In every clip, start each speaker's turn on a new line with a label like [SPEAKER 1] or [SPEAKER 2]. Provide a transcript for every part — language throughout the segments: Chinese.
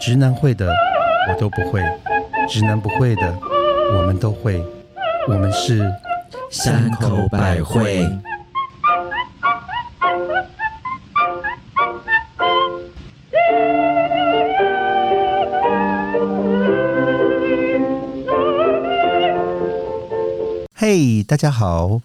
[SPEAKER 1] 直男会的我都不会，直男不会的我们都会，我们是
[SPEAKER 2] 山口百惠。
[SPEAKER 1] 嘿大家好，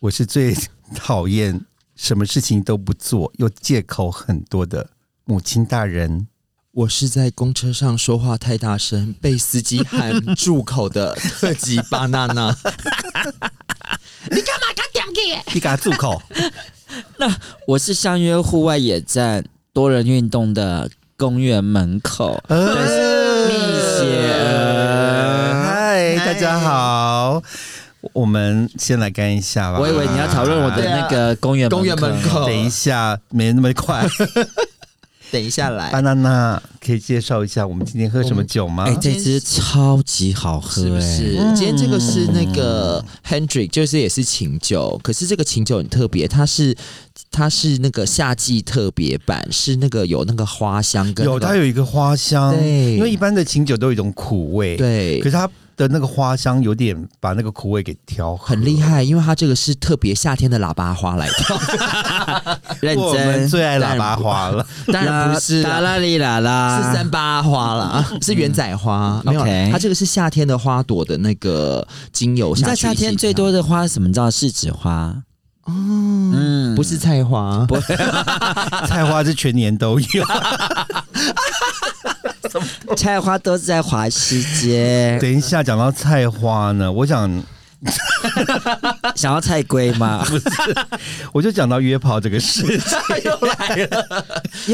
[SPEAKER 1] 我是最讨厌什么事情都不做又借口很多的母亲大人。
[SPEAKER 2] 我是在公车上说话太大声，被司机喊住口的特级巴娜 娜。
[SPEAKER 1] 你给他住口！
[SPEAKER 3] 我是相约户外野战多人运动的公园门口，
[SPEAKER 1] 呃
[SPEAKER 3] 蜜雪儿
[SPEAKER 1] 嗨，大家好，我们先来干一下吧。哎
[SPEAKER 3] 我以为你要讨论我的那个公园
[SPEAKER 2] 啊公园门口，
[SPEAKER 1] 等一下，没那么 快。
[SPEAKER 2] 等一下来
[SPEAKER 1] 巴，娜娜，可以介绍一下我们今天喝什么酒吗？
[SPEAKER 3] 哎、这支超级好喝、
[SPEAKER 2] 是不是？
[SPEAKER 3] 哎
[SPEAKER 2] 今天这个是那个 Hendrick，就是也是琴酒，可是这个琴酒很特别，它是它是那个夏季特别版，是那个有那个花香跟、那
[SPEAKER 1] 有，
[SPEAKER 2] 个
[SPEAKER 1] 它有一个花香，
[SPEAKER 2] 对
[SPEAKER 1] 因为一般的清酒都有一种苦味，，
[SPEAKER 2] 对
[SPEAKER 1] 可是它的那个花香有点把那个苦味给调和
[SPEAKER 2] 很厉。害，因为它这个是特别夏天的喇叭花来的，
[SPEAKER 3] 认
[SPEAKER 1] 我们
[SPEAKER 3] 真，
[SPEAKER 1] 最爱喇叭花 了，
[SPEAKER 2] 当然不是
[SPEAKER 3] 啦
[SPEAKER 2] 啦。
[SPEAKER 3] 啦里啦啦，
[SPEAKER 2] 是三八花啦，是圆仔花，没有
[SPEAKER 3] 啊
[SPEAKER 2] 啊
[SPEAKER 3] OK
[SPEAKER 2] 它这个是夏天的花朵的那个精油
[SPEAKER 3] 你知
[SPEAKER 2] 下
[SPEAKER 3] 道
[SPEAKER 2] 去一起
[SPEAKER 3] 夏
[SPEAKER 2] 调。
[SPEAKER 3] 天最多的花是什么？你知道是栀子花。
[SPEAKER 2] 哦
[SPEAKER 3] 嗯，
[SPEAKER 2] 不是菜花，
[SPEAKER 1] 菜花是全年都 有。
[SPEAKER 3] 菜花都是在华西街。
[SPEAKER 1] 等一下讲到菜花呢，我想
[SPEAKER 3] 想要菜龟吗？
[SPEAKER 1] 我就讲到约炮这个事 情，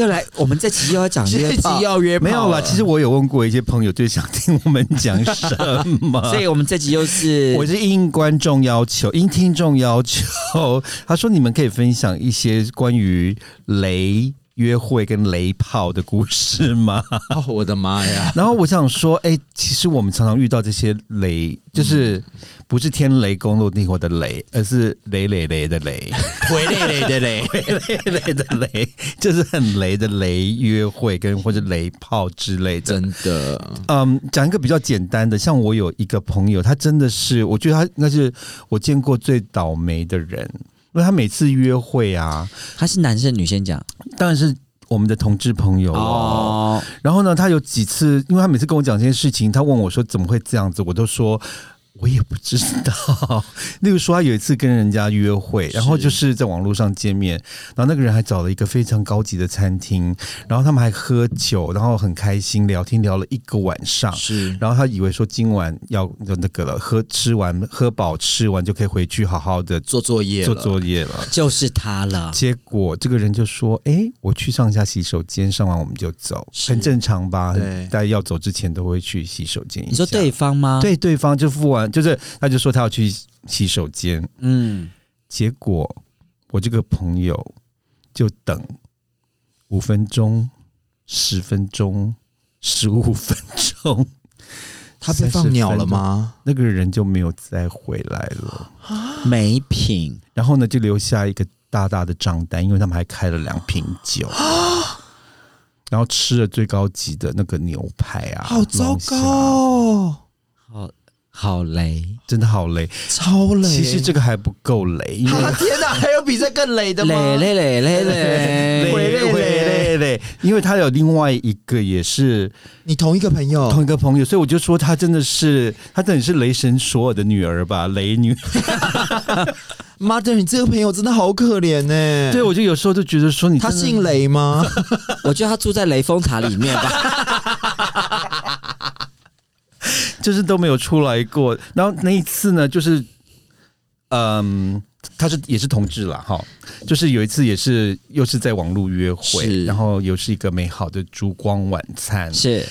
[SPEAKER 3] 又来，我们这期又要讲约炮，
[SPEAKER 2] 要约啊
[SPEAKER 1] 没有啦。其实我有问过一些朋友，最想听我们讲什么，
[SPEAKER 3] 所以我们这集又是
[SPEAKER 1] 我是应观众要求，应听众要求，他说你们可以分享一些关于雷约会跟雷炮的故事吗？
[SPEAKER 2] 哦， 我的妈呀！
[SPEAKER 1] 然后我想说，哎、其实我们常常遇到这些雷，就是不是天雷公路地火的雷，而是雷雷雷的 雷，
[SPEAKER 2] 回累累的 嘞，
[SPEAKER 1] 雷雷的雷，就是很雷的雷约会跟或者雷炮之类的。
[SPEAKER 2] 真的，
[SPEAKER 1] 嗯，讲一个比较简单的，像我有一个朋友，他真的是，我觉得他应该是我见过最倒霉的人，因为他每次约会啊，
[SPEAKER 3] 他是男生女生讲
[SPEAKER 1] 当然是我们的同志朋友哦。
[SPEAKER 3] 哦，
[SPEAKER 1] 然后呢，他有几次，因为他每次跟我讲这件事情，他问我说怎么会这样子，我都说。我也不知道。 例如说，他有一次跟人家约会，然后就是在网络上见面，然后那个人还找了一个非常高级的餐厅，然后他们还喝酒，然后很开心聊天，聊了一个晚上。
[SPEAKER 2] 是
[SPEAKER 1] 然后他以为说今晚要有那个了，喝吃完喝饱吃完就可以回去好好的
[SPEAKER 2] 做作业
[SPEAKER 1] 做
[SPEAKER 2] 了
[SPEAKER 1] 作业了。
[SPEAKER 3] 就是他了。
[SPEAKER 1] 结果这个人就说：“哎，我去上一下洗手间，上完我们就走，
[SPEAKER 2] 是
[SPEAKER 1] 很正常吧？
[SPEAKER 2] 对
[SPEAKER 1] 大家要走之前都会去洗手间一下。”
[SPEAKER 3] 你说对方吗？，
[SPEAKER 1] 对，对方就付完，就是他就说他要去洗手间，
[SPEAKER 3] 嗯，
[SPEAKER 1] 结果我这个朋友就等五分钟、十分钟、十五分钟，
[SPEAKER 2] 他被放鸟了吗？
[SPEAKER 1] 那个人就没有再回来了。
[SPEAKER 3] 没品，
[SPEAKER 1] 然后呢，就留下一个大大的账单，因为他们还开了两瓶 酒，然后吃了最高级的那个牛排啊，
[SPEAKER 2] 好糟
[SPEAKER 1] 龙
[SPEAKER 2] 糕
[SPEAKER 1] 虾，
[SPEAKER 2] 哦，
[SPEAKER 3] 好好雷，
[SPEAKER 1] 真的好累。
[SPEAKER 2] 超累。
[SPEAKER 1] 其实这个还不够累，因为
[SPEAKER 2] 啊，天哪，还有比这更累的吗？
[SPEAKER 3] 累累累累 累，
[SPEAKER 2] 累
[SPEAKER 1] 累累累，因为他有另外一个也是
[SPEAKER 2] 你同一个朋友，
[SPEAKER 1] 同一个朋友，所以我就说他真的是，他真的是雷神索尔的女儿吧，雷女。
[SPEAKER 2] 妈的，你这个朋友真的好可怜 呢、
[SPEAKER 1] 对，我就有时候就觉得说你
[SPEAKER 2] 哎他
[SPEAKER 1] 真的
[SPEAKER 2] 姓雷 吗？
[SPEAKER 3] 我觉得他住在雷峰塔里面 吧。
[SPEAKER 1] 就是都没有出来过。然后那一次呢，就是，嗯，他是也是同志啦，哈，就是有一次也是又是在网络约会，
[SPEAKER 3] 是
[SPEAKER 1] 然后又是一个美好的烛光晚餐
[SPEAKER 3] 是，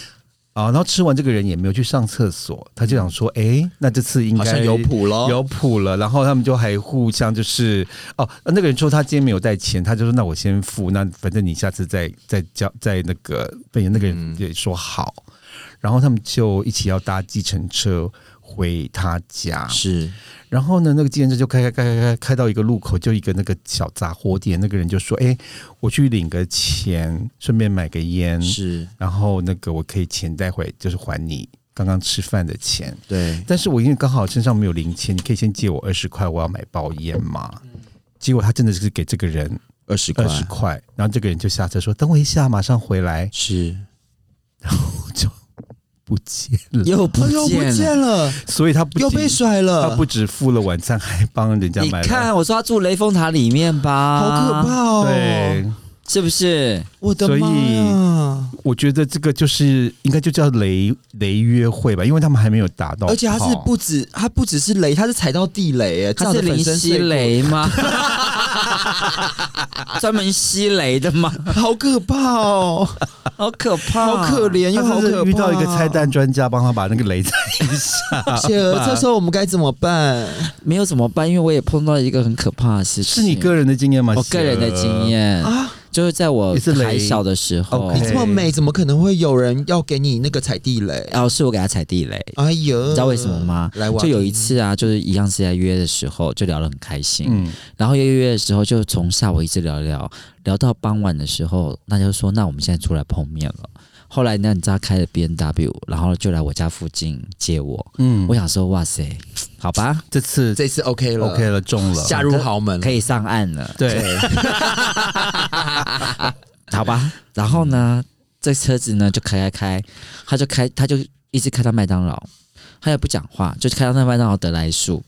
[SPEAKER 1] 啊。然后吃完这个人也没有去上厕所，他就想说，诶，那这次应
[SPEAKER 2] 好
[SPEAKER 1] 该
[SPEAKER 2] 像有。谱喽，
[SPEAKER 1] 有谱了，然后他们就还互相就是哦，那个人说他今天没有带钱，他就说那我先付，那反正你下次再再交再那个，被那个人也说好，然后他们就一起要搭计程车回他
[SPEAKER 3] 啊
[SPEAKER 1] 家。
[SPEAKER 2] 是
[SPEAKER 1] 然后呢，那个计程车就开开开开开开到一个路口，就一个那个小杂货店，那个人就说：“哎、我去领个钱，顺便买个烟，
[SPEAKER 2] 是，
[SPEAKER 1] 然后那个我可以钱带回，就是还你刚刚吃饭的钱。
[SPEAKER 2] 对，
[SPEAKER 1] 但是我因为刚好身上没有零钱，你可以先借我二十块，我要买包烟嘛。”结果他真的是给这个人
[SPEAKER 2] 二十块
[SPEAKER 1] 二十块，然后这个人就下车说：“等我一下，马上回来。
[SPEAKER 2] 是，”
[SPEAKER 1] 不见了，
[SPEAKER 3] 又不
[SPEAKER 2] 哎呦，不
[SPEAKER 3] 见了。
[SPEAKER 2] 见了，
[SPEAKER 1] 所以他不
[SPEAKER 2] 又
[SPEAKER 1] 仅
[SPEAKER 2] 被甩
[SPEAKER 1] 他
[SPEAKER 2] 了，
[SPEAKER 1] 不止付了晚餐，还帮人家
[SPEAKER 3] 你
[SPEAKER 1] 买了。
[SPEAKER 3] 看，我说他住雷峰塔里面吧，
[SPEAKER 2] 好可，怕哦！
[SPEAKER 1] 对，
[SPEAKER 3] 是不是？
[SPEAKER 2] 我的
[SPEAKER 1] 所以
[SPEAKER 2] 妈呀！
[SPEAKER 1] 我觉得这个就是应该就叫雷雷约会吧，因为他们还没有达到炮，
[SPEAKER 2] 而且他是不止，他不只是雷，他是踩到地雷，哎
[SPEAKER 3] 他是林吸，雷吗？专门吸雷的吗？
[SPEAKER 2] 炸得粉身碎骨好可怕 哦，
[SPEAKER 3] 好可怕，啊
[SPEAKER 2] 好可怜又
[SPEAKER 1] 啊
[SPEAKER 2] 好
[SPEAKER 1] 他真
[SPEAKER 2] 可
[SPEAKER 1] 的
[SPEAKER 2] 怕。。
[SPEAKER 1] 遇到一个拆弹专家帮他把那个雷拆 一下
[SPEAKER 2] 雪儿，这时候我们该怎么 办？
[SPEAKER 3] 没有怎么办？因为我也碰到一个很可怕的事情，
[SPEAKER 1] 是你个人的经验吗？
[SPEAKER 3] 我个人的经验
[SPEAKER 2] 啊，
[SPEAKER 3] 就是在我
[SPEAKER 1] 也是雷
[SPEAKER 3] 还小的时候
[SPEAKER 1] OK
[SPEAKER 2] 你，这么美，怎么可能会有人要给你那个踩地雷？
[SPEAKER 3] 然后哦是我给他踩地雷。
[SPEAKER 2] 哎呦，
[SPEAKER 3] 你知道为什么吗？
[SPEAKER 2] 来，我
[SPEAKER 3] 就有一次啊，就是一样是在约的时候，就聊得很开
[SPEAKER 1] 雪
[SPEAKER 3] 心。
[SPEAKER 1] 儿，嗯，
[SPEAKER 3] 然后约约的时候，就从下午一直聊聊聊到傍晚的时候，那就说那我们现在出来碰面了。后来呢，你知道开了 B N W，然后就来我家附近接我。
[SPEAKER 1] 嗯，
[SPEAKER 3] 我想说，哇塞，好吧，
[SPEAKER 1] 这次
[SPEAKER 2] 这次 OK 了
[SPEAKER 1] OK 了，中了，
[SPEAKER 2] 嫁入豪门，
[SPEAKER 3] 可以上岸 了，
[SPEAKER 1] 对，
[SPEAKER 3] 好吧。然后呢，这车子呢就开开开，他就开，他就一直开到麦当劳，他也不讲话，就开到那麦当劳得来速。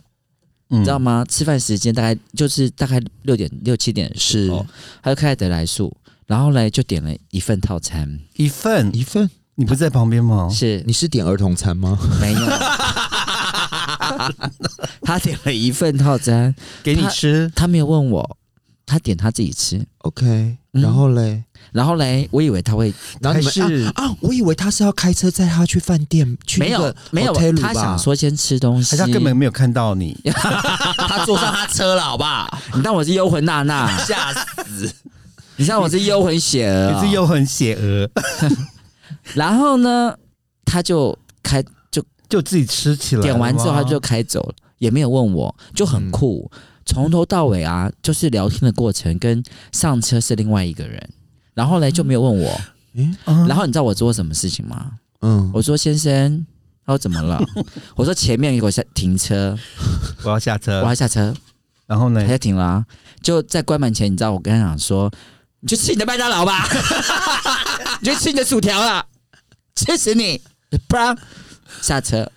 [SPEAKER 1] 你
[SPEAKER 3] 你知道？吗？吃饭时间大概就是大概六点六七点是，他就开始得来速，然后嘞就点了一份套餐，
[SPEAKER 1] 一份，
[SPEAKER 2] 一份。
[SPEAKER 1] 你不是在旁边吗？
[SPEAKER 3] 是
[SPEAKER 2] 你是点儿童餐吗？
[SPEAKER 3] 没有， 他点了一份套餐，
[SPEAKER 1] 给你吃，
[SPEAKER 3] 他没有问我，他点他自己吃，
[SPEAKER 2] OK，
[SPEAKER 3] 嗯
[SPEAKER 2] 然后嘞，
[SPEAKER 3] 然后嘞，我以为他会
[SPEAKER 2] 然后你们
[SPEAKER 1] 还是
[SPEAKER 2] 啊啊，我以为他是要开车载他去饭店，去
[SPEAKER 3] 没
[SPEAKER 2] 那
[SPEAKER 3] 有
[SPEAKER 2] 个
[SPEAKER 3] 没有
[SPEAKER 2] hotel，
[SPEAKER 3] 他
[SPEAKER 2] 吧
[SPEAKER 3] 想说先吃东
[SPEAKER 1] 还
[SPEAKER 3] 西，
[SPEAKER 1] 是他根 本没有看到你？
[SPEAKER 2] 他坐上他车了，好不好？
[SPEAKER 3] 你当我是幽魂娜娜，
[SPEAKER 2] 吓死！
[SPEAKER 3] 你知道我是幽魂雪儿、啊
[SPEAKER 1] 你是，又很邪恶，
[SPEAKER 3] 然后呢，他就开
[SPEAKER 1] 就自己吃起来了吗。
[SPEAKER 3] 点完之后他就开走了，也没有问我，就很酷。从头到尾啊，就是聊天的过程跟上车是另外一个人，然后嘞就没有问我。
[SPEAKER 1] 嗯，
[SPEAKER 3] 然后你知道我做什么事情吗？
[SPEAKER 2] 嗯，
[SPEAKER 3] 我说先生，他说怎么了？我说前面给我下停车，
[SPEAKER 1] 我要下
[SPEAKER 3] 我
[SPEAKER 1] 车
[SPEAKER 3] 要，下车，
[SPEAKER 1] 然后呢
[SPEAKER 3] 他？就停了、啊。就在关门前，你知道我跟他讲说，你去吃你的麦当劳吧， 你去吃你的薯条啦，气死你！不然下车，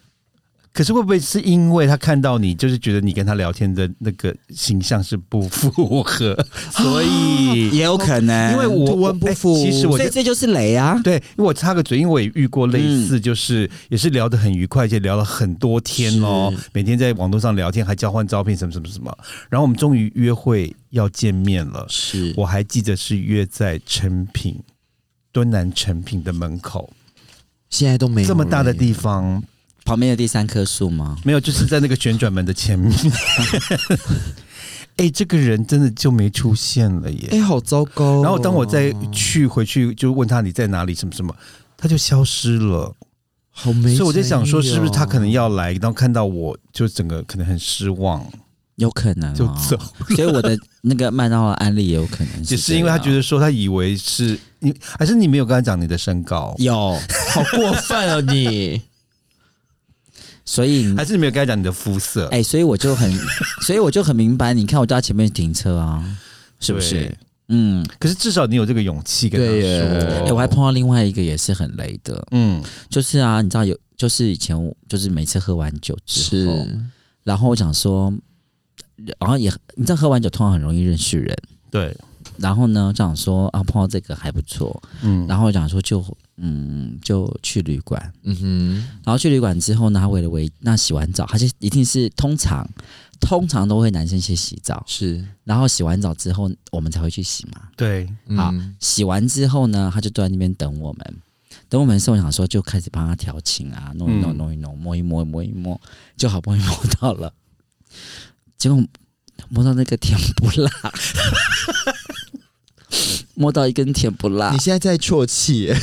[SPEAKER 1] 可是会不会是因为他看到你，就是觉得你跟他聊天的那个形象是不符合，
[SPEAKER 3] 啊
[SPEAKER 1] 所以
[SPEAKER 3] 也有可能
[SPEAKER 1] 因为我
[SPEAKER 2] 图文不
[SPEAKER 1] 哎
[SPEAKER 2] 符
[SPEAKER 1] 其实我
[SPEAKER 3] 所
[SPEAKER 1] 就
[SPEAKER 3] 以这就是雷啊。
[SPEAKER 1] 对，因为我插个嘴，因为我也遇过类
[SPEAKER 3] 嗯
[SPEAKER 1] 似，就是、也是聊得很愉快，而且聊了很多天哦，每天在网络上聊天，还交换照片，什么什么什么。然后我们终于约会要见面了，
[SPEAKER 2] 是
[SPEAKER 1] 我还记得是约在成品敦南成品的门口，
[SPEAKER 2] 现在都没有
[SPEAKER 1] 这么大的
[SPEAKER 2] 了
[SPEAKER 1] 地方，
[SPEAKER 3] 旁边的第三棵树吗？
[SPEAKER 1] 没有，就是在那个旋转门的前面。哎、这个人真的就没出现了耶。
[SPEAKER 2] 哎，好糟糕哦。
[SPEAKER 1] 然后当我再去回去，就问他你在哪里，什么什么，他就消失了。
[SPEAKER 2] 好没，哦
[SPEAKER 1] 所以我在想说，是不是他可能要来，然后看到我就整个可能很失望，
[SPEAKER 3] 有可能、哦、
[SPEAKER 1] 就走。
[SPEAKER 3] 所以我的那个麦当劳案例也有可能
[SPEAKER 1] 只是因为他觉
[SPEAKER 3] 得
[SPEAKER 1] 得说他以为是你，还是你没有跟他讲你的身高，
[SPEAKER 3] 有，
[SPEAKER 2] 好过分哦你？
[SPEAKER 3] 所以
[SPEAKER 1] 还是你没有跟他讲你的肤色？
[SPEAKER 3] 哎、所以我就很，所以我就很明白。你看我家前面停车啊，是不是
[SPEAKER 1] 对？
[SPEAKER 3] 嗯，
[SPEAKER 1] 可是至少你有这个勇气跟他
[SPEAKER 2] 对耶
[SPEAKER 3] 哎、
[SPEAKER 1] 说。
[SPEAKER 3] 我还碰到另外一个也是很雷的，
[SPEAKER 1] 嗯，
[SPEAKER 3] 就是啊，你知道有，就是以前我就是每次喝完酒之
[SPEAKER 1] 哦
[SPEAKER 3] 后，然后我想说，然后也你知道喝完酒通常很容易认识人，
[SPEAKER 1] 对，
[SPEAKER 3] 然后呢就想说啊碰到这个还不错，
[SPEAKER 1] 嗯，
[SPEAKER 3] 然后我想说就嗯就去旅馆，
[SPEAKER 2] 嗯哼，
[SPEAKER 3] 然后去旅馆之后呢，他为了维那洗完澡，他就一定是通常通常都会男生先洗澡，
[SPEAKER 2] 是
[SPEAKER 3] 然后洗完澡之后我们才会去洗嘛。
[SPEAKER 1] 对，
[SPEAKER 3] 好
[SPEAKER 2] 嗯
[SPEAKER 3] 洗完之后呢，他就坐在那边等我们。等我们的时候，我想说就开始帮他调情啊，弄一弄，
[SPEAKER 1] 嗯
[SPEAKER 3] 弄一弄，摸一摸，摸一摸，就好不容易摸到了，结果摸到那个甜不辣， 摸到一根甜不辣
[SPEAKER 2] 你，现在在啜泣耶，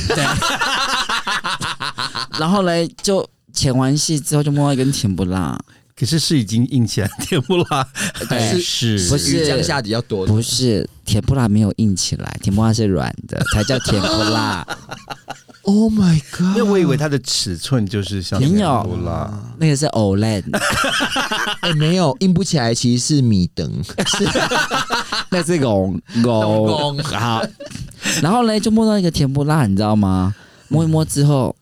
[SPEAKER 3] 然后嘞就前完戏之后就摸到一根甜不辣，
[SPEAKER 1] 可是是已经硬起来甜不辣，还是
[SPEAKER 3] 不是
[SPEAKER 2] 鱼浆下底要多，
[SPEAKER 3] 不是甜不辣没有硬起来，甜不辣是软的，才叫甜不辣。
[SPEAKER 2] ？Oh my
[SPEAKER 1] 因
[SPEAKER 2] god！
[SPEAKER 1] 为我以为它的尺寸就是像甜
[SPEAKER 3] 没有
[SPEAKER 1] 不辣，
[SPEAKER 3] 那个是 Olan，
[SPEAKER 2] 哎、没有硬不起来，其实是米灯，
[SPEAKER 3] 那是拱
[SPEAKER 2] 哦
[SPEAKER 3] 拱
[SPEAKER 2] 拱
[SPEAKER 3] 好。然后呢，就摸到一个甜不辣，你知道吗？摸一摸之后，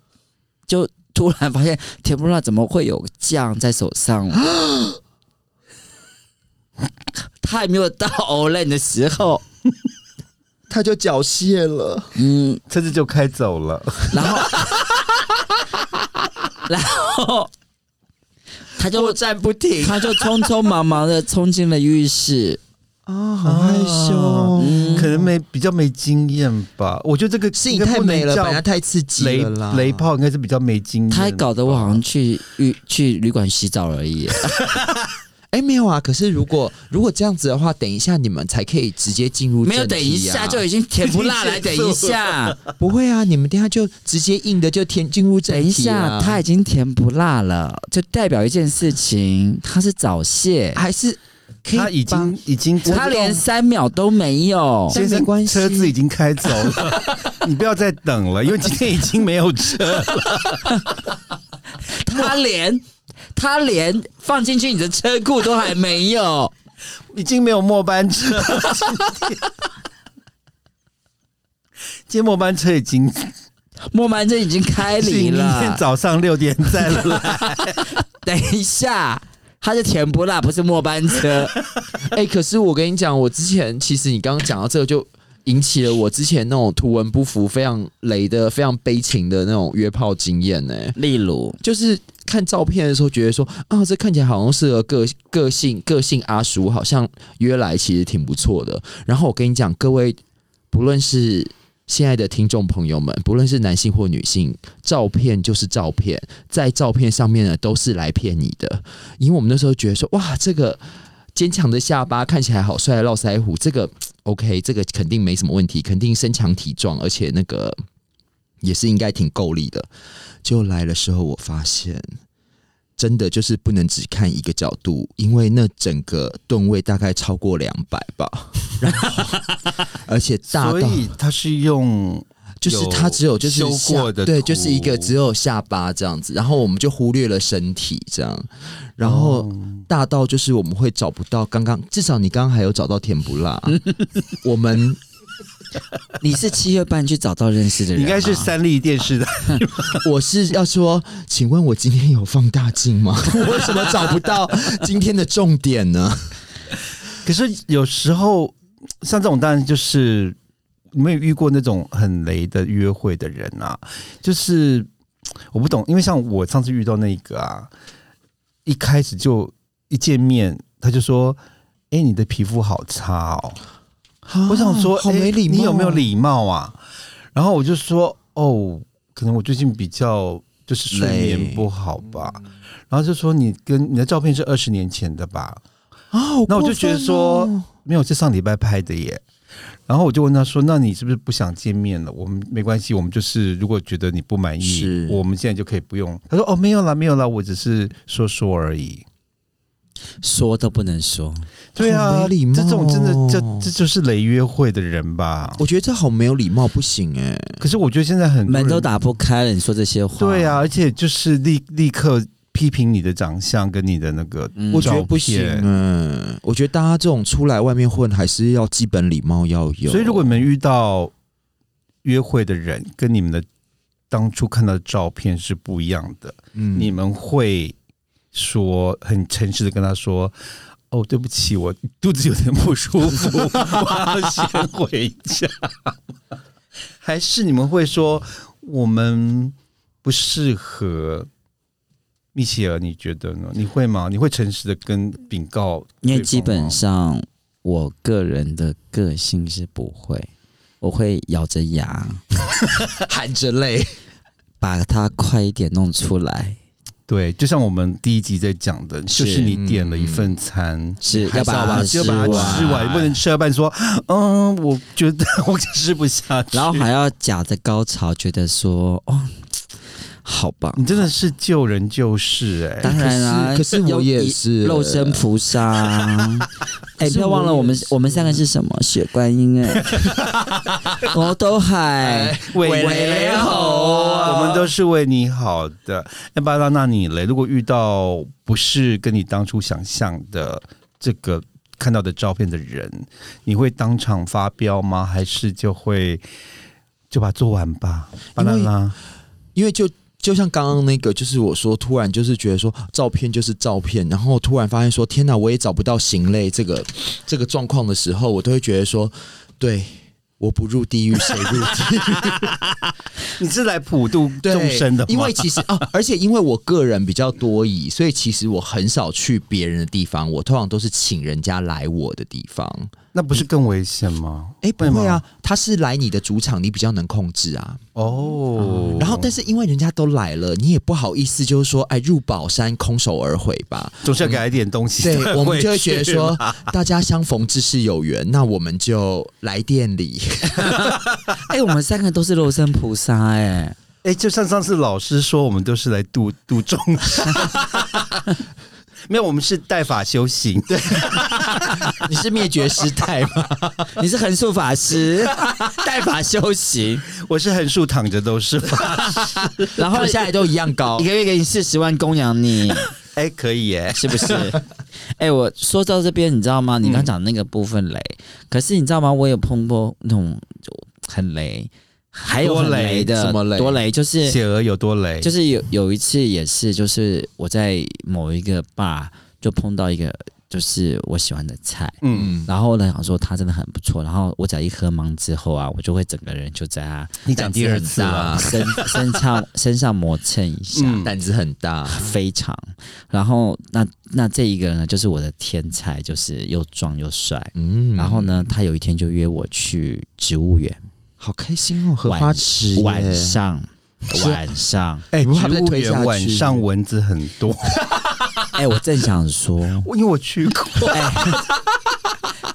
[SPEAKER 3] 就突然发现甜不辣怎么会有酱在手上？他还没有到 Olan 的时候，
[SPEAKER 2] 他就缴械了。
[SPEAKER 3] 嗯，
[SPEAKER 1] 车子就开走了。
[SPEAKER 3] 然后，然后他就
[SPEAKER 2] 作战不停
[SPEAKER 3] 他就匆匆忙忙的冲进了浴室。
[SPEAKER 2] 啊，好害羞哦、
[SPEAKER 3] 嗯
[SPEAKER 1] 啊可能没比较没经验吧。我觉得这个
[SPEAKER 2] 是
[SPEAKER 1] 应
[SPEAKER 2] 你
[SPEAKER 1] 该
[SPEAKER 2] 太
[SPEAKER 1] 不能
[SPEAKER 2] 美了，
[SPEAKER 1] 叫
[SPEAKER 2] 本来太刺激
[SPEAKER 1] 雷
[SPEAKER 2] 了啦。
[SPEAKER 1] 雷炮应该是比较没经验。
[SPEAKER 3] 他还搞得我好像去浴去旅馆洗澡而已。
[SPEAKER 2] 哎、没有啊。可是如果如果这样子的话，等一下你们才可以直接进入、啊
[SPEAKER 3] 没有，等一下就已经甜不 辣来，
[SPEAKER 1] 已经
[SPEAKER 3] 等
[SPEAKER 1] 结
[SPEAKER 3] 一
[SPEAKER 1] 束
[SPEAKER 3] 下，
[SPEAKER 2] 不会啊。你们等一下就直接硬的就填进入
[SPEAKER 3] 等
[SPEAKER 2] 正
[SPEAKER 3] 一
[SPEAKER 2] 题啊
[SPEAKER 3] 下，
[SPEAKER 2] 啦
[SPEAKER 3] 他已经甜不辣了，就代表一件事情，他是早泄，
[SPEAKER 2] 还是可以
[SPEAKER 1] 他已
[SPEAKER 2] 帮
[SPEAKER 1] 经已经
[SPEAKER 3] 他连三秒都没有。
[SPEAKER 1] 先
[SPEAKER 2] 但没
[SPEAKER 1] 生
[SPEAKER 2] 关系
[SPEAKER 1] 车子已经开走了， 你不要再等了，因为今天已经没有车。
[SPEAKER 3] 他连他连放进去你的车库都还没有，
[SPEAKER 1] 已经没有末班车了。今天末班车已经
[SPEAKER 3] 莫曼这已经开
[SPEAKER 1] 是
[SPEAKER 3] 离
[SPEAKER 1] 明天
[SPEAKER 3] 了。
[SPEAKER 1] 早上六点再来，
[SPEAKER 3] 等一下，他是甜不辣，不是末班车。
[SPEAKER 2] 哎、可是我跟你讲，我之前其实你刚刚讲到这个，就引起了我之前那种图文不符、非常雷的、非常悲情的那种约炮经验呢、
[SPEAKER 3] 例如，
[SPEAKER 2] 就是看照片的时候，觉得说啊，这看起来好像适合个个性个性阿叔，好像约来其实挺不错的。然后我跟你讲，各位，不论是现在的听众朋友们，不论是男性或女性，照片就是照片，在照片上面呢都是来骗你的。因为我们那时候觉得说，哇，这个坚强的下巴看起来好帅的络腮胡，这个 OK，这个肯定没什么问题，肯定身强体壮，而且那个也是应该挺够力的。就来的时候，我发现真的就是不能只看一个角度，因为那整个吨位大概超过两百吧， 然后而且大
[SPEAKER 1] 所
[SPEAKER 2] 到
[SPEAKER 1] 以他是用
[SPEAKER 2] 就是它只有就是
[SPEAKER 1] 有修过的
[SPEAKER 2] 下对，
[SPEAKER 1] 图
[SPEAKER 2] 就是一个只有下巴这样子，然后我们就忽略了身体这样，然
[SPEAKER 1] 哦
[SPEAKER 2] 后大到就是我们会找不到刚刚，至少你刚刚还有找到甜不 辣，我们
[SPEAKER 3] 你是七月半去找到认识的人
[SPEAKER 1] 你
[SPEAKER 3] 吗，
[SPEAKER 1] 应该是三立电 视的，
[SPEAKER 2] 我是要说，请问我今天有放大镜 吗？我为什么找不到今天的重点呢？
[SPEAKER 1] 可是有时候像这种，当然就是你们有遇过那种很雷的约会的人啊，就是我不懂，因为像我上次遇到那个啊，一开始就一见面他就说：“哎、你的皮肤好差哦。”我想说，
[SPEAKER 2] 啊好没
[SPEAKER 1] 诶
[SPEAKER 2] 礼貌，
[SPEAKER 1] 你有没有？礼貌啊？然后我就说，哦，可能我最近比较就是睡眠不好吧。然后就说你跟你的照片是二十年前的吧？
[SPEAKER 2] 啊，好过分哦哦
[SPEAKER 1] 那我就觉得说，没有，是上礼拜拍的耶。然后我就问他说：“那你是不是不想见面了？我们没关系，我们就是如果觉得你不满意
[SPEAKER 3] 是，
[SPEAKER 1] 我们现在就可以不用。”他说：“哦，没有啦，没有啦，我只是说说而已。
[SPEAKER 3] 说都不能说。”
[SPEAKER 1] 对
[SPEAKER 2] 好
[SPEAKER 1] 啊，
[SPEAKER 2] 没礼貌哦
[SPEAKER 1] 这种真的，这这就是雷约会的人吧？
[SPEAKER 2] 我觉得这好没有礼貌，不行哎、
[SPEAKER 1] 可是我觉得现在很多人
[SPEAKER 3] 门都打不开了，你说这些话，
[SPEAKER 1] 对啊，，而且就是立立刻批评你的长相跟你的那个照片，
[SPEAKER 3] 嗯
[SPEAKER 2] 我觉得不行嗯、我觉得大家这种出来外面混，还是要基本礼貌要有。
[SPEAKER 1] 所以如果你们遇到约会的人跟你们的当初看到的照片是不一样的，
[SPEAKER 2] 嗯
[SPEAKER 1] 你们会说很诚实的跟他说。哦，对不起，我肚子有点不舒服， 我要先回家。 还是你们会说我们不适合？米歇尔，你觉得 呢？你会吗？你会诚实的跟禀告对方吗？
[SPEAKER 3] 因为基本上我个人的个性是不会，我会咬着牙
[SPEAKER 2] 含着泪，
[SPEAKER 3] 把它快一点弄出来，
[SPEAKER 1] 对，就像我们第一集在讲的，就是嗯
[SPEAKER 3] 是
[SPEAKER 1] 你点了一份餐，
[SPEAKER 3] 是
[SPEAKER 2] 还
[SPEAKER 3] 要
[SPEAKER 2] 是要
[SPEAKER 3] 把
[SPEAKER 2] 把
[SPEAKER 3] 它
[SPEAKER 2] 它
[SPEAKER 1] 就把它吃完，你不能吃到半说，嗯， 我觉得我吃不下去。
[SPEAKER 3] 然后还要假着高潮，觉得说哦，好棒！
[SPEAKER 1] 你真的是救人救世哎、
[SPEAKER 3] 当然啦、
[SPEAKER 2] 可是可是我也是
[SPEAKER 3] 肉身菩萨 啊。哎、
[SPEAKER 2] 可是
[SPEAKER 3] 不要忘了
[SPEAKER 2] 我也
[SPEAKER 3] 我们
[SPEAKER 2] 是
[SPEAKER 3] 我们三个是什么？雪观音 哎，哦，都海，
[SPEAKER 2] 哎
[SPEAKER 1] 为
[SPEAKER 3] 为雷吼啊
[SPEAKER 1] 我们都是为你好的。那巴拉，那你嘞？如果遇到不是跟你当初想象的这个看到的照片的人，你会当场发飙吗？还是就会就把它做完吧？巴
[SPEAKER 2] 因
[SPEAKER 1] 拉
[SPEAKER 2] 为
[SPEAKER 1] 拉，
[SPEAKER 2] 因为就就像刚刚那个，就是我说，突然就是觉得说照片就是照片，然后突然发现说天哪，我也找不到行类这个这个状况的时候，我都会觉得说，对。我不入地狱，谁入地 狱？
[SPEAKER 1] 你是来普度
[SPEAKER 2] 对
[SPEAKER 1] 众生的吗？
[SPEAKER 2] 因为其实哦，而且因为我个人比较多疑，所以其实我很少去别人的地方，我通常都是请人家来我的地方。
[SPEAKER 1] 那不是更危险吗？
[SPEAKER 2] 哎、不
[SPEAKER 1] 会吗
[SPEAKER 2] 会啊，他是来你的主场，你比较能控制啊。
[SPEAKER 1] 哦，
[SPEAKER 2] 然后，但是因为人家都来了，你也不好意思，就是说，哎，入宝山空手而回 吧。
[SPEAKER 1] 总是要给他一点东西。
[SPEAKER 2] 对，我们就会觉得
[SPEAKER 1] 去嘛
[SPEAKER 2] 说， 大家相逢之是有缘，那我们就来 店里。
[SPEAKER 3] 哎、我们三个都是肉身菩萨哎、
[SPEAKER 1] 哎、就像上次老师说，我们都是来度度众生， 没有，我们是带法修行。对，
[SPEAKER 2] 你是灭绝师 太吗？
[SPEAKER 3] 你是横竖法师，带法修行，
[SPEAKER 1] 我是横竖躺着都是法。
[SPEAKER 3] 然后
[SPEAKER 2] 后下来都一样 高
[SPEAKER 3] 一。个月给你四十万供养你，
[SPEAKER 1] 哎、可以耶、
[SPEAKER 3] 是不是？哎、我说到这边，你知道吗？你刚讲那个部分雷，可是你知道吗？我有碰过那种就很雷，还有
[SPEAKER 1] 多
[SPEAKER 3] 很
[SPEAKER 1] 雷
[SPEAKER 3] 雷的
[SPEAKER 2] 什么雷
[SPEAKER 3] 多雷就是
[SPEAKER 1] 血额有多累？
[SPEAKER 3] 就是有有一次也是，就是我在某一个 bar 就碰到一个就是我喜欢的菜，
[SPEAKER 1] 嗯，
[SPEAKER 2] 嗯，
[SPEAKER 3] 然后呢想说它真的很不错，然后我只要一喝芒之后啊，我就会整个人就在它
[SPEAKER 1] 你讲第二次
[SPEAKER 2] 啊
[SPEAKER 1] 了。
[SPEAKER 3] 身 身上身上磨蹭一下。
[SPEAKER 1] 嗯
[SPEAKER 2] 胆子很大。
[SPEAKER 3] 非常，然后那那这一个呢，就是我的天才，就是又壮又帅。
[SPEAKER 2] 嗯，
[SPEAKER 3] 然后呢，他有一天就约我去植物园，
[SPEAKER 2] 好开心哦，荷花池耶
[SPEAKER 3] 晚上
[SPEAKER 2] 是
[SPEAKER 3] 晚 上，
[SPEAKER 1] 哎、
[SPEAKER 2] 你们怕被
[SPEAKER 1] 植物
[SPEAKER 2] 推下
[SPEAKER 1] 园
[SPEAKER 2] 去
[SPEAKER 1] 晚上蚊子很多，
[SPEAKER 3] 哎、我正想说，
[SPEAKER 1] 因为我去过。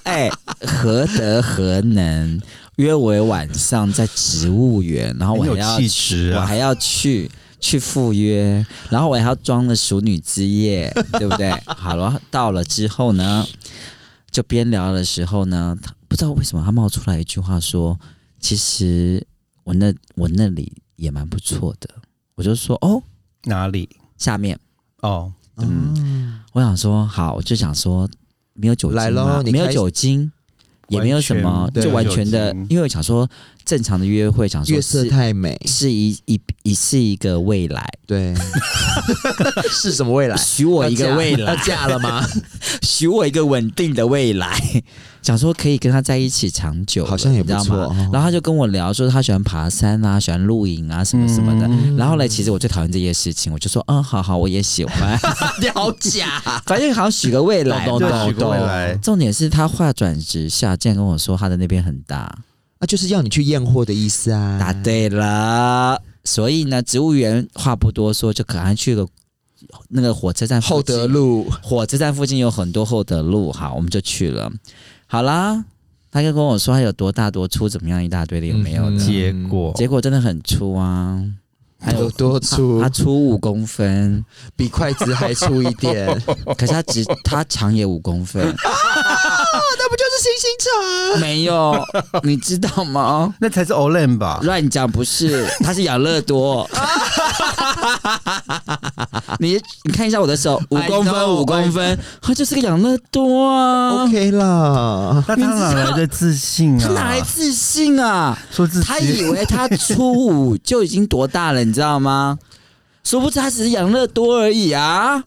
[SPEAKER 3] 哎、何德何能约我晚上在植物园，然后我
[SPEAKER 1] 很有
[SPEAKER 3] 还要
[SPEAKER 1] 气质啊
[SPEAKER 3] 我还要去去赴约，然后我还要装了熟女之夜，对不对？好了，到了之后呢，就边聊的时候呢，他不知道为什么他冒出来一句话说：“其实我那我那里也蛮不错的。”我就说：“哦，
[SPEAKER 1] 哪里？
[SPEAKER 3] 下面
[SPEAKER 1] 哦，
[SPEAKER 2] 嗯，
[SPEAKER 3] 我想说好，我就想说没有酒精嘛
[SPEAKER 2] 来咯你
[SPEAKER 3] 没有
[SPEAKER 2] 开始
[SPEAKER 3] 酒精，也没有什么
[SPEAKER 1] 完，全
[SPEAKER 3] 就完全
[SPEAKER 1] 没有
[SPEAKER 3] 的
[SPEAKER 1] 酒精，
[SPEAKER 3] 因为我想说正常的约会，想说
[SPEAKER 2] 月色
[SPEAKER 3] 是
[SPEAKER 2] 太美，
[SPEAKER 3] 是一一一是一个未 来，
[SPEAKER 2] 对，是什么未来？
[SPEAKER 3] 许我一个未
[SPEAKER 2] 要
[SPEAKER 3] 来，
[SPEAKER 2] 嫁了 吗？
[SPEAKER 3] 许我一个稳定的未来， 想说可以跟他在一起长久了，
[SPEAKER 2] 好像也不
[SPEAKER 3] 你知道吗
[SPEAKER 2] 错哦
[SPEAKER 3] 然后他就跟我聊说他喜欢爬山啊，喜欢露营啊，什么什么的。
[SPEAKER 2] 嗯
[SPEAKER 3] 然后嘞，其实我最讨厌这些事情，我就说，嗯，好好，我也喜 欢，
[SPEAKER 2] 你好假，
[SPEAKER 3] 反正好许个未来
[SPEAKER 2] 懂
[SPEAKER 1] 对
[SPEAKER 2] 懂
[SPEAKER 3] 嘛
[SPEAKER 2] 懂
[SPEAKER 1] 许个未来。
[SPEAKER 3] 重点是他话转直下，竟然跟我说他的那边很大，
[SPEAKER 2] 那啊就是要你去验货的意思啊。
[SPEAKER 3] 答对了。所以呢，植物园话不多说，就可能去个那个火车站附
[SPEAKER 2] 厚
[SPEAKER 3] 近
[SPEAKER 2] 德，路，
[SPEAKER 3] 火车站附近有很多厚德路，好，我们就去了。好啦，他就跟我说他有多大多粗，怎么样一大堆的，有没有
[SPEAKER 2] 嗯
[SPEAKER 3] 的？
[SPEAKER 1] 结果
[SPEAKER 3] 结果真的很粗啊，还有
[SPEAKER 2] 有多粗
[SPEAKER 3] 他，粗五公分，
[SPEAKER 2] 比筷子还粗一点， 那
[SPEAKER 3] 可是他只他长也五公 分，
[SPEAKER 2] 不就是星星肠？
[SPEAKER 3] 没有，你知道吗？
[SPEAKER 1] 那才是 Olen 吧？
[SPEAKER 3] 乱讲不是，他是养乐多。你你看一下我的手，五
[SPEAKER 2] I
[SPEAKER 3] 公
[SPEAKER 2] know,
[SPEAKER 3] 分，五公分，他就是个养乐多啊！
[SPEAKER 2] OK 啦，
[SPEAKER 1] 那他哪来的自信
[SPEAKER 3] 他哪来
[SPEAKER 1] 啊？
[SPEAKER 3] 自信啊？
[SPEAKER 1] 说自己
[SPEAKER 3] 他以为他初五就已经多大了，你知道吗？殊不知他只是养乐多而已啊！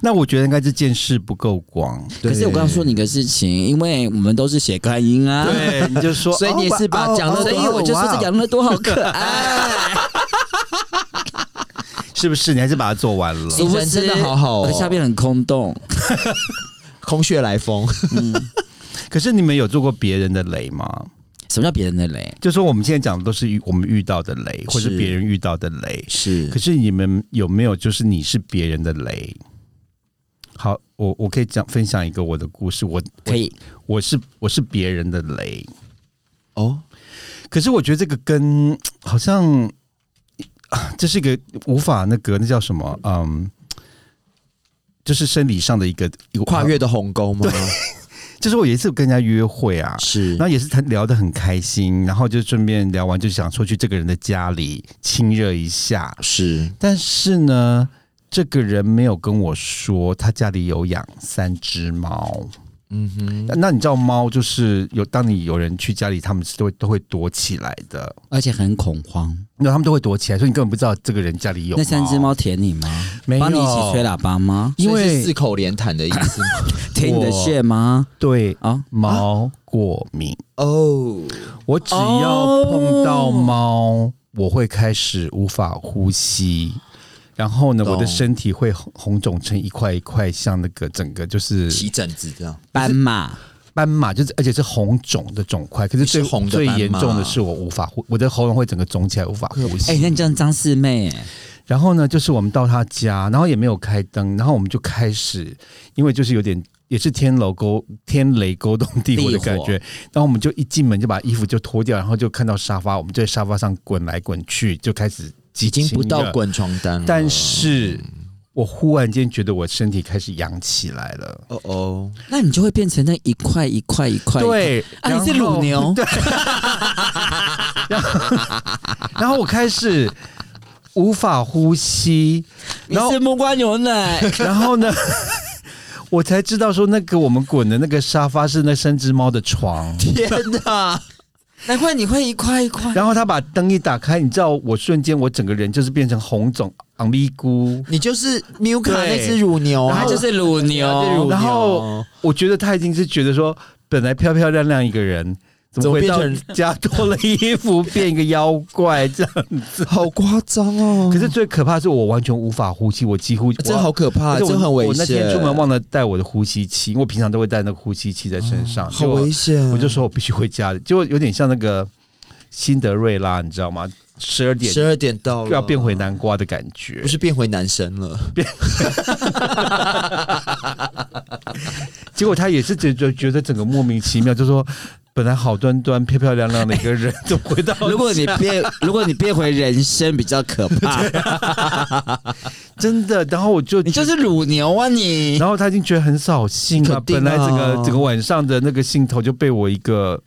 [SPEAKER 1] 那我觉得应该是见识不够广。
[SPEAKER 2] 对
[SPEAKER 3] 可是我刚刚说你一个事情，因为我们都是写观音啊，
[SPEAKER 1] 对，你就 说，
[SPEAKER 2] 所以你也是把
[SPEAKER 1] 哦
[SPEAKER 2] 讲乐多
[SPEAKER 3] 所以我就说这养乐多好可爱。
[SPEAKER 1] 是不是？你还是把它做完了。
[SPEAKER 3] 殊不
[SPEAKER 2] 人
[SPEAKER 3] 知
[SPEAKER 2] 真的好好哦
[SPEAKER 3] 我的下边很空洞，
[SPEAKER 2] 空穴来风，
[SPEAKER 1] 可是你们有做过别人的雷吗？
[SPEAKER 3] 什么叫别人的雷？
[SPEAKER 1] 就说我们现在讲的都是遇我们遇到的雷，或是
[SPEAKER 3] 是
[SPEAKER 1] 别人遇到的雷。
[SPEAKER 3] 是
[SPEAKER 1] 可是你们有没有就是你是别人的雷？好，我我可以讲分享一个我的故事。我
[SPEAKER 3] 可以
[SPEAKER 1] 我是我是别人的雷，
[SPEAKER 2] 哦，
[SPEAKER 1] 可是我觉得这个跟好像啊这是一个无法那个那叫什么嗯，就是生理上的一个一个
[SPEAKER 2] 跨。越的鸿沟吗？
[SPEAKER 1] 就是我有一次跟人家约会啊，
[SPEAKER 2] 是
[SPEAKER 1] 然后也是谈聊得很开心，然后就顺便聊完就想说去这个人的家里亲热一下，
[SPEAKER 2] 是
[SPEAKER 1] 但是呢，这个人没有跟我说他家里有养三只猫。
[SPEAKER 2] 嗯哼，
[SPEAKER 1] 那那你知道猫就是有，当你有人去家里，他们是都会都会躲起来的，
[SPEAKER 3] 而且很恐慌。
[SPEAKER 1] 那他们都会躲起来，所以你根本不知道这个人家里有
[SPEAKER 3] 那三只猫，舔你吗？
[SPEAKER 1] 没有
[SPEAKER 3] 帮你一起吹喇叭 吗？
[SPEAKER 1] 因
[SPEAKER 2] 所以是
[SPEAKER 1] 为
[SPEAKER 2] 四口连弹的意思吗
[SPEAKER 3] 舔你的
[SPEAKER 1] 我
[SPEAKER 3] 血吗？
[SPEAKER 1] 对
[SPEAKER 3] 啊，
[SPEAKER 1] 猫过敏，
[SPEAKER 2] 哦，
[SPEAKER 1] 我只要碰到猫，我会开始无法呼吸。然后呢，
[SPEAKER 2] 懂
[SPEAKER 1] 我的身体会红红肿成一块一块，像那个整个就是
[SPEAKER 2] 起疹子这样，
[SPEAKER 3] 斑马
[SPEAKER 1] 斑马，就是而且是红肿的肿块。可是最
[SPEAKER 2] 是红的
[SPEAKER 1] 最
[SPEAKER 2] 斑马
[SPEAKER 1] 严重的是我无法呼，我的喉咙会整个肿起来，无法呼吸。
[SPEAKER 3] 哎、那你这样张四妹、哎
[SPEAKER 1] 然后呢，就是我们到他家，然后也没有开灯，然后我们就开始，因为就是有点也是天楼沟天雷勾动地火的感觉，然后我们就一进门就把衣服就脱掉，然后就看到沙发，我们就在沙发上滚来滚去，就开始
[SPEAKER 2] 已经不
[SPEAKER 1] 亲
[SPEAKER 2] 到
[SPEAKER 1] 热，
[SPEAKER 2] 滚床单了。
[SPEAKER 1] 但是。我忽然间觉得我身体开始痒起来了，
[SPEAKER 2] 哦哦，
[SPEAKER 3] 那你就会变成那一块一块一块。
[SPEAKER 1] 对，
[SPEAKER 3] 啊，你是
[SPEAKER 1] 然后
[SPEAKER 3] 乳牛，
[SPEAKER 1] 然后我开始无法呼吸，
[SPEAKER 3] 你
[SPEAKER 1] 然后
[SPEAKER 3] 是木瓜牛奶。
[SPEAKER 1] 然后呢， 我才知道说那个我们滚的那个沙发是那三只猫的 床。
[SPEAKER 2] 天哪！
[SPEAKER 3] 难怪你会一块一 块。
[SPEAKER 1] 然后他把灯一打开，你知道，我瞬间我整个人就是变成红肿昂利菇。
[SPEAKER 2] 你就是 Miuka
[SPEAKER 1] 对
[SPEAKER 2] 那只乳牛啊，
[SPEAKER 3] 它就是乳牛，
[SPEAKER 1] 然
[SPEAKER 2] 哎
[SPEAKER 1] 后我觉得他已经是觉得说，本来漂漂亮亮一个人，怎么会
[SPEAKER 2] 怎么
[SPEAKER 1] 到
[SPEAKER 2] 变
[SPEAKER 1] 家多了衣服，变一个妖怪这样？
[SPEAKER 2] 好夸张 哦！
[SPEAKER 1] 可是最可怕的是我完全无法呼吸，我几乎
[SPEAKER 2] 这好可怕，
[SPEAKER 1] 而且
[SPEAKER 2] 这
[SPEAKER 1] 我
[SPEAKER 2] 很危
[SPEAKER 1] 我那天
[SPEAKER 2] 险，
[SPEAKER 1] 出门忘了带我的呼吸器，因为我平常都会带那个呼吸器在身上，
[SPEAKER 2] 哦好
[SPEAKER 1] 结果
[SPEAKER 2] 危险。
[SPEAKER 1] 我就说我必须回家，结果有点像那个辛德瑞拉，你知道吗？十二点
[SPEAKER 2] 十二点到了，
[SPEAKER 1] 要变回南瓜的感觉
[SPEAKER 2] 不。是变回男生 了，
[SPEAKER 1] 结果他也是觉得觉得整个莫名其妙，就说本来好端端漂漂亮亮的一个人，怎么回
[SPEAKER 2] 哦
[SPEAKER 1] 到
[SPEAKER 2] 啊
[SPEAKER 3] 如果你变，如果你变回人生比较可怕，
[SPEAKER 1] 真的？然后我就
[SPEAKER 3] 你就是乳牛啊你！
[SPEAKER 1] 然后他已经觉得很扫兴了、
[SPEAKER 2] 肯定啊
[SPEAKER 1] 本来整个整个晚上的那个兴头就被我一个，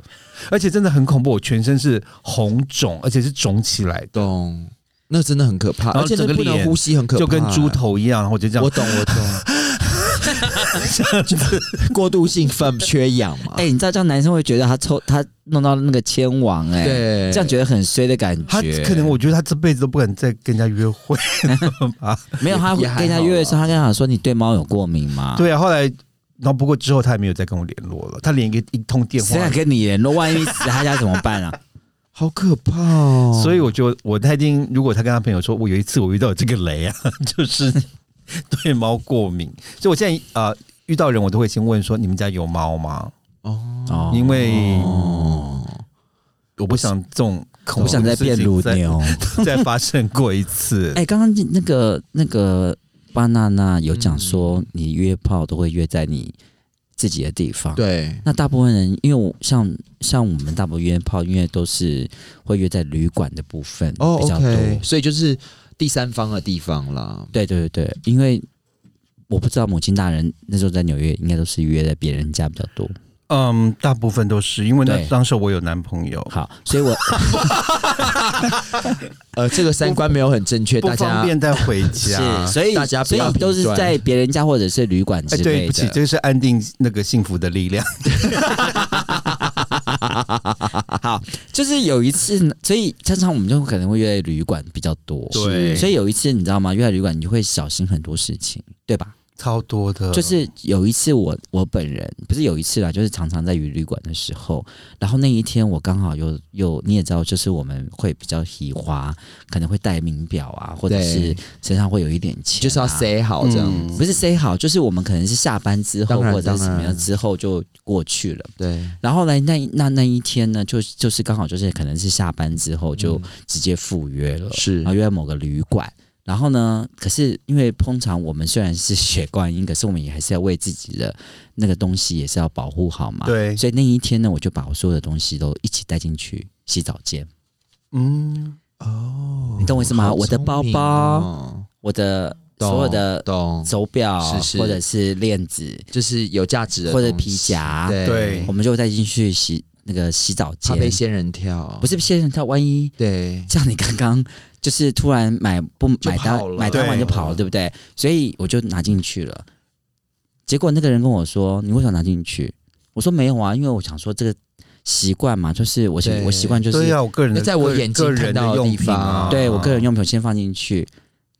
[SPEAKER 1] 而且真的很恐怖，我全身是红肿，而且是肿起来的，
[SPEAKER 2] 懂？那真的很可怕，
[SPEAKER 1] 然后
[SPEAKER 2] 而且那
[SPEAKER 1] 整个
[SPEAKER 2] 不能
[SPEAKER 1] 脸
[SPEAKER 2] 呼吸，很可怕，
[SPEAKER 1] 就
[SPEAKER 2] 啊
[SPEAKER 1] 跟猪。头一样。然后我就这样
[SPEAKER 2] 我，懂，我懂。过度兴奋缺氧嘛？
[SPEAKER 3] 哎、你知道这样男生会觉得他抽他弄到那个千王哎、
[SPEAKER 2] 对，
[SPEAKER 3] 这样觉得很衰的感
[SPEAKER 1] 他
[SPEAKER 3] 觉。
[SPEAKER 1] 可能我觉得他这辈子都不敢再跟人家约会了吧。
[SPEAKER 3] 没有他
[SPEAKER 2] 也也还
[SPEAKER 3] 跟他
[SPEAKER 2] 好
[SPEAKER 3] 约的时候，
[SPEAKER 2] 啦
[SPEAKER 3] 他跟他讲说你对猫有过敏吗？，
[SPEAKER 1] 对啊，后来，然后不过之后他也没有再跟我联络了，他连一个一通电
[SPEAKER 3] 谁
[SPEAKER 1] 话
[SPEAKER 3] 敢，跟你联络？万一死他家怎么办啊？
[SPEAKER 2] 好可怕哦！
[SPEAKER 1] 所以我就我他一定，如果他跟他朋友说，我有一次我遇到这个雷 啊，就是对猫过敏，所以我现在啊、呃遇到人我都会先问说，你们家有猫吗？
[SPEAKER 2] 哦，
[SPEAKER 3] 哦，
[SPEAKER 1] 因为
[SPEAKER 2] 哦，
[SPEAKER 1] 我不想这种
[SPEAKER 3] 我
[SPEAKER 1] 恐
[SPEAKER 3] 不
[SPEAKER 1] 怖
[SPEAKER 3] 想
[SPEAKER 1] 的
[SPEAKER 3] 再
[SPEAKER 1] 事
[SPEAKER 3] 变
[SPEAKER 1] 情
[SPEAKER 3] 乳
[SPEAKER 1] 再
[SPEAKER 3] 牛。
[SPEAKER 1] 再发生过一次。
[SPEAKER 3] 哎、刚刚那个那个巴娜娜有讲说，你约炮都会约在你自己的地方。，
[SPEAKER 2] 对，
[SPEAKER 3] 那大部分人，因为我像像我们大部分约炮，因为都是会约在旅馆的部分
[SPEAKER 2] 哦
[SPEAKER 3] 比较多。
[SPEAKER 2] ，OK，所以就是第三方的地方啦。
[SPEAKER 3] 对对对对，因为我不知道母亲大人那时候在纽约，应该都是约在别人家比较多。
[SPEAKER 1] 嗯，大部分都是因为那
[SPEAKER 3] 对
[SPEAKER 1] 当时我有男朋友，
[SPEAKER 3] 好，所以我
[SPEAKER 2] 呃，这个三观没有很正确，
[SPEAKER 1] 不
[SPEAKER 2] 大
[SPEAKER 1] 方
[SPEAKER 2] 家
[SPEAKER 1] 便再回家
[SPEAKER 3] 是，。所以
[SPEAKER 2] 大家不
[SPEAKER 3] 所
[SPEAKER 2] 要
[SPEAKER 3] 以都是
[SPEAKER 2] 评断
[SPEAKER 3] 在别人家或者是旅馆之
[SPEAKER 1] 哎，
[SPEAKER 3] 类的。
[SPEAKER 1] 对不起，这是安定那个幸福的力量。
[SPEAKER 3] 就是有一次呢，所以常常我们就可能会约在旅馆比较多。
[SPEAKER 1] 对
[SPEAKER 3] 所以有一次你知道吗？约在旅馆，你就会小心很多事情，对吧？
[SPEAKER 1] 超多的，
[SPEAKER 2] 呃
[SPEAKER 3] 就是有一次我我本人不是有一次啦，就是常常在于旅馆的时候，然后那一天我刚好又又你也知道，就是我们会比较喜花，可能会戴名表啊，或者是
[SPEAKER 2] 对
[SPEAKER 3] 身上会有一点钱、啊
[SPEAKER 2] 就是要。say 好这样
[SPEAKER 1] 嗯
[SPEAKER 2] 子。
[SPEAKER 3] 不是 say 好，就是我们可能是下班之后
[SPEAKER 2] 当然
[SPEAKER 3] 或者是
[SPEAKER 2] 当
[SPEAKER 3] 什
[SPEAKER 2] 然
[SPEAKER 3] 么样之后就过去了，
[SPEAKER 2] 对，
[SPEAKER 3] 然后呢，那那那一天呢，就就是刚好就是可能是下班之后就直接赴约了，
[SPEAKER 2] 嗯是
[SPEAKER 3] 然后约在某个旅馆。然后呢，可是因为通常我们虽然是血观音，可是我们也还是要为自己的那个东西也是要保护好嘛。。
[SPEAKER 1] 对，
[SPEAKER 3] 所以那一天呢，我就把我所有的东西都一起带进去，洗澡间，
[SPEAKER 1] 嗯，
[SPEAKER 2] 哦
[SPEAKER 3] 你懂我意思吗？我的包包，我的
[SPEAKER 2] 懂
[SPEAKER 3] 所有的
[SPEAKER 2] 哦懂，
[SPEAKER 3] 手表，
[SPEAKER 2] 是是
[SPEAKER 3] 或者是链子，
[SPEAKER 2] 就是有价值的
[SPEAKER 3] 或者
[SPEAKER 2] 东西
[SPEAKER 3] 皮夹
[SPEAKER 1] 对
[SPEAKER 2] 对
[SPEAKER 3] 我，们就再进去洗那个洗澡
[SPEAKER 2] 怕
[SPEAKER 3] 间。
[SPEAKER 2] 被仙人跳，
[SPEAKER 3] 不是仙人跳，万一
[SPEAKER 2] 对，
[SPEAKER 3] 像你刚刚就是突然买不
[SPEAKER 2] 就
[SPEAKER 3] 买
[SPEAKER 2] 跑
[SPEAKER 3] 单
[SPEAKER 2] 了
[SPEAKER 3] 买单完就跑了，对不对？所以我就拿进去了。结果那个人跟我说：“你为什么拿进去？”我说：“没有啊，因为我想说这个习惯嘛，就是我习
[SPEAKER 2] 对
[SPEAKER 3] 我习惯就是
[SPEAKER 1] 对呀、我个人的
[SPEAKER 2] 那在我
[SPEAKER 1] 个
[SPEAKER 2] 眼睛
[SPEAKER 1] 个人
[SPEAKER 2] 看到的
[SPEAKER 1] 用
[SPEAKER 2] 地
[SPEAKER 1] 品
[SPEAKER 2] 方
[SPEAKER 1] 啊，
[SPEAKER 3] 对我个人用品我先放进去。”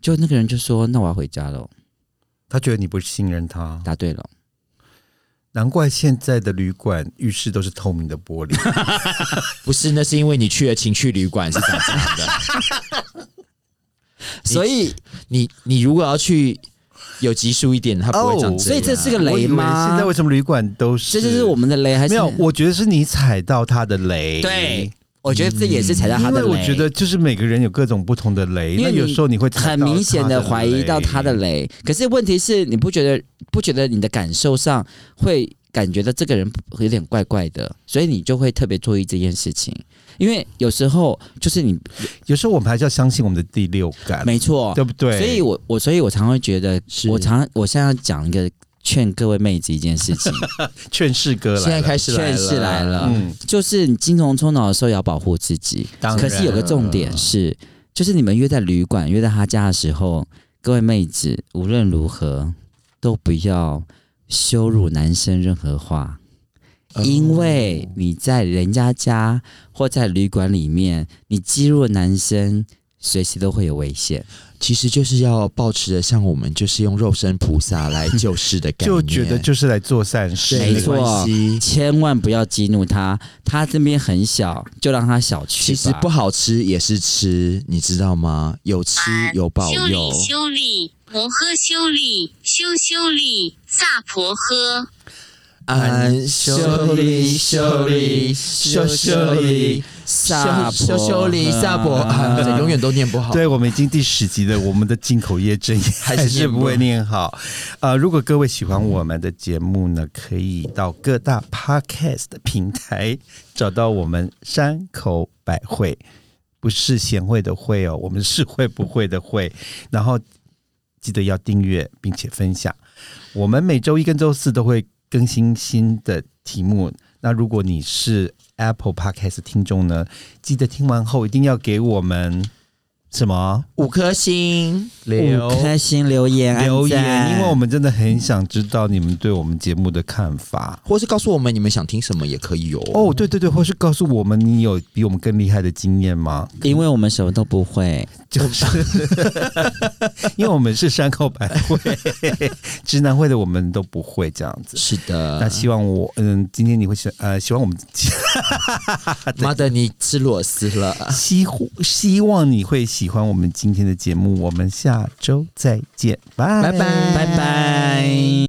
[SPEAKER 3] 就那个人就说：“那我要回家了。
[SPEAKER 1] 他觉得你不信任”他，
[SPEAKER 3] 答对了，
[SPEAKER 1] 难怪现在的旅馆浴室都是透明的玻璃。
[SPEAKER 2] 不是，那是因为你去了情趣旅馆是长这样的。 所以你你如果要去有级数一点，它不会长这样。
[SPEAKER 1] 哦
[SPEAKER 3] 所以这是个
[SPEAKER 1] 我以为
[SPEAKER 3] 雷吗？
[SPEAKER 1] 现在为什么旅馆都是？
[SPEAKER 3] 这就是我们的雷还是
[SPEAKER 1] 没有，我觉得是你踩到他的雷。
[SPEAKER 3] 对，我觉得这也是踩到他
[SPEAKER 1] 因
[SPEAKER 3] 的
[SPEAKER 1] 为
[SPEAKER 3] 雷。
[SPEAKER 1] 我觉得就是每个人有各种不同的雷，
[SPEAKER 3] 因
[SPEAKER 1] 那
[SPEAKER 3] 为
[SPEAKER 1] 有时候你会踩
[SPEAKER 3] 很
[SPEAKER 1] 到
[SPEAKER 3] 明显
[SPEAKER 1] 他
[SPEAKER 3] 的
[SPEAKER 1] 的
[SPEAKER 3] 怀疑到他的
[SPEAKER 1] 雷。
[SPEAKER 3] 雷，可是问题是你不觉得不觉得你的感受上会感觉到这个人有点怪怪的，所以你就会特别注意这件事情，因为有时候就是你
[SPEAKER 1] 有时候我们还是要相信我们的第六感，
[SPEAKER 3] 没错，
[SPEAKER 1] 对不对？
[SPEAKER 3] 所以我我所以我常会觉得，我常我现在要讲一个劝各位妹子一 件事情，
[SPEAKER 1] 劝世哥来了
[SPEAKER 2] 现在开始来
[SPEAKER 3] 劝
[SPEAKER 2] 了，
[SPEAKER 3] 世来了，
[SPEAKER 1] 嗯，
[SPEAKER 3] 就是你精虫充脑的时候也要保护自己，
[SPEAKER 1] 当然
[SPEAKER 3] 可是有个重点是，就是你们约在旅馆、约在他家的时候，各位妹子无论如何都不要羞辱男生任何话，
[SPEAKER 2] 哦
[SPEAKER 3] 因为你在人家家或在旅馆里面，你激怒了男生，随时都会有危险。
[SPEAKER 2] 其实就是要保持着像我们就是用肉身菩萨来救世的感
[SPEAKER 1] 就觉得就是来做善
[SPEAKER 2] 对
[SPEAKER 1] 事，
[SPEAKER 3] 没错
[SPEAKER 2] 没关系
[SPEAKER 3] 千万不要激怒他，他这边很小，就让他小去
[SPEAKER 2] 其
[SPEAKER 3] 吧。
[SPEAKER 2] 实不好吃也是吃，你知道吗？有吃有保
[SPEAKER 4] 啊修
[SPEAKER 2] 佑
[SPEAKER 4] 理。修理摩诃修理修修理萨婆诃。
[SPEAKER 2] 安修理修理修修理
[SPEAKER 3] 萨
[SPEAKER 2] 修修理萨婆， 啊
[SPEAKER 3] 诃，
[SPEAKER 2] 永远都念不好。
[SPEAKER 1] 对，我们已经第十集了，我们的进口业真言
[SPEAKER 2] 还是
[SPEAKER 1] 还是
[SPEAKER 2] 念
[SPEAKER 1] 不
[SPEAKER 2] 不
[SPEAKER 1] 会念好。呃，如果各位喜欢我们的节目呢，可以到各大 podcast 平台找到我们山口百惠，不是贤惠的惠哦，我们是会不会的会。然后记得要订阅并且分享。我们每周一跟周四都会更新新的题目。那如果你是 Apple Podcast 听众呢，记得听完后一定要给我们什么
[SPEAKER 2] 五颗星，
[SPEAKER 3] 五颗星留言
[SPEAKER 1] 留
[SPEAKER 3] 按
[SPEAKER 1] 言，
[SPEAKER 3] 赞
[SPEAKER 1] 因为我们真的很想知道你们对我们节目的看法。
[SPEAKER 2] 或是告诉我们你们想听什么也可以哦。
[SPEAKER 1] 哦，对对对，或是告诉我们你有比我们更厉害的经验 吗？
[SPEAKER 3] 因为我们什么都不会，
[SPEAKER 1] 就是因为我们是山口百惠，直男会的我们都不会这样子。
[SPEAKER 2] 是
[SPEAKER 1] 那
[SPEAKER 2] 的，
[SPEAKER 1] 希望我嗯，今天你会喜呃喜欢我们，
[SPEAKER 2] 妈的，你吃螺丝了，
[SPEAKER 1] 希希望你会喜欢我们今天的节目，我们下周再见，拜
[SPEAKER 2] 拜拜
[SPEAKER 3] 拜拜。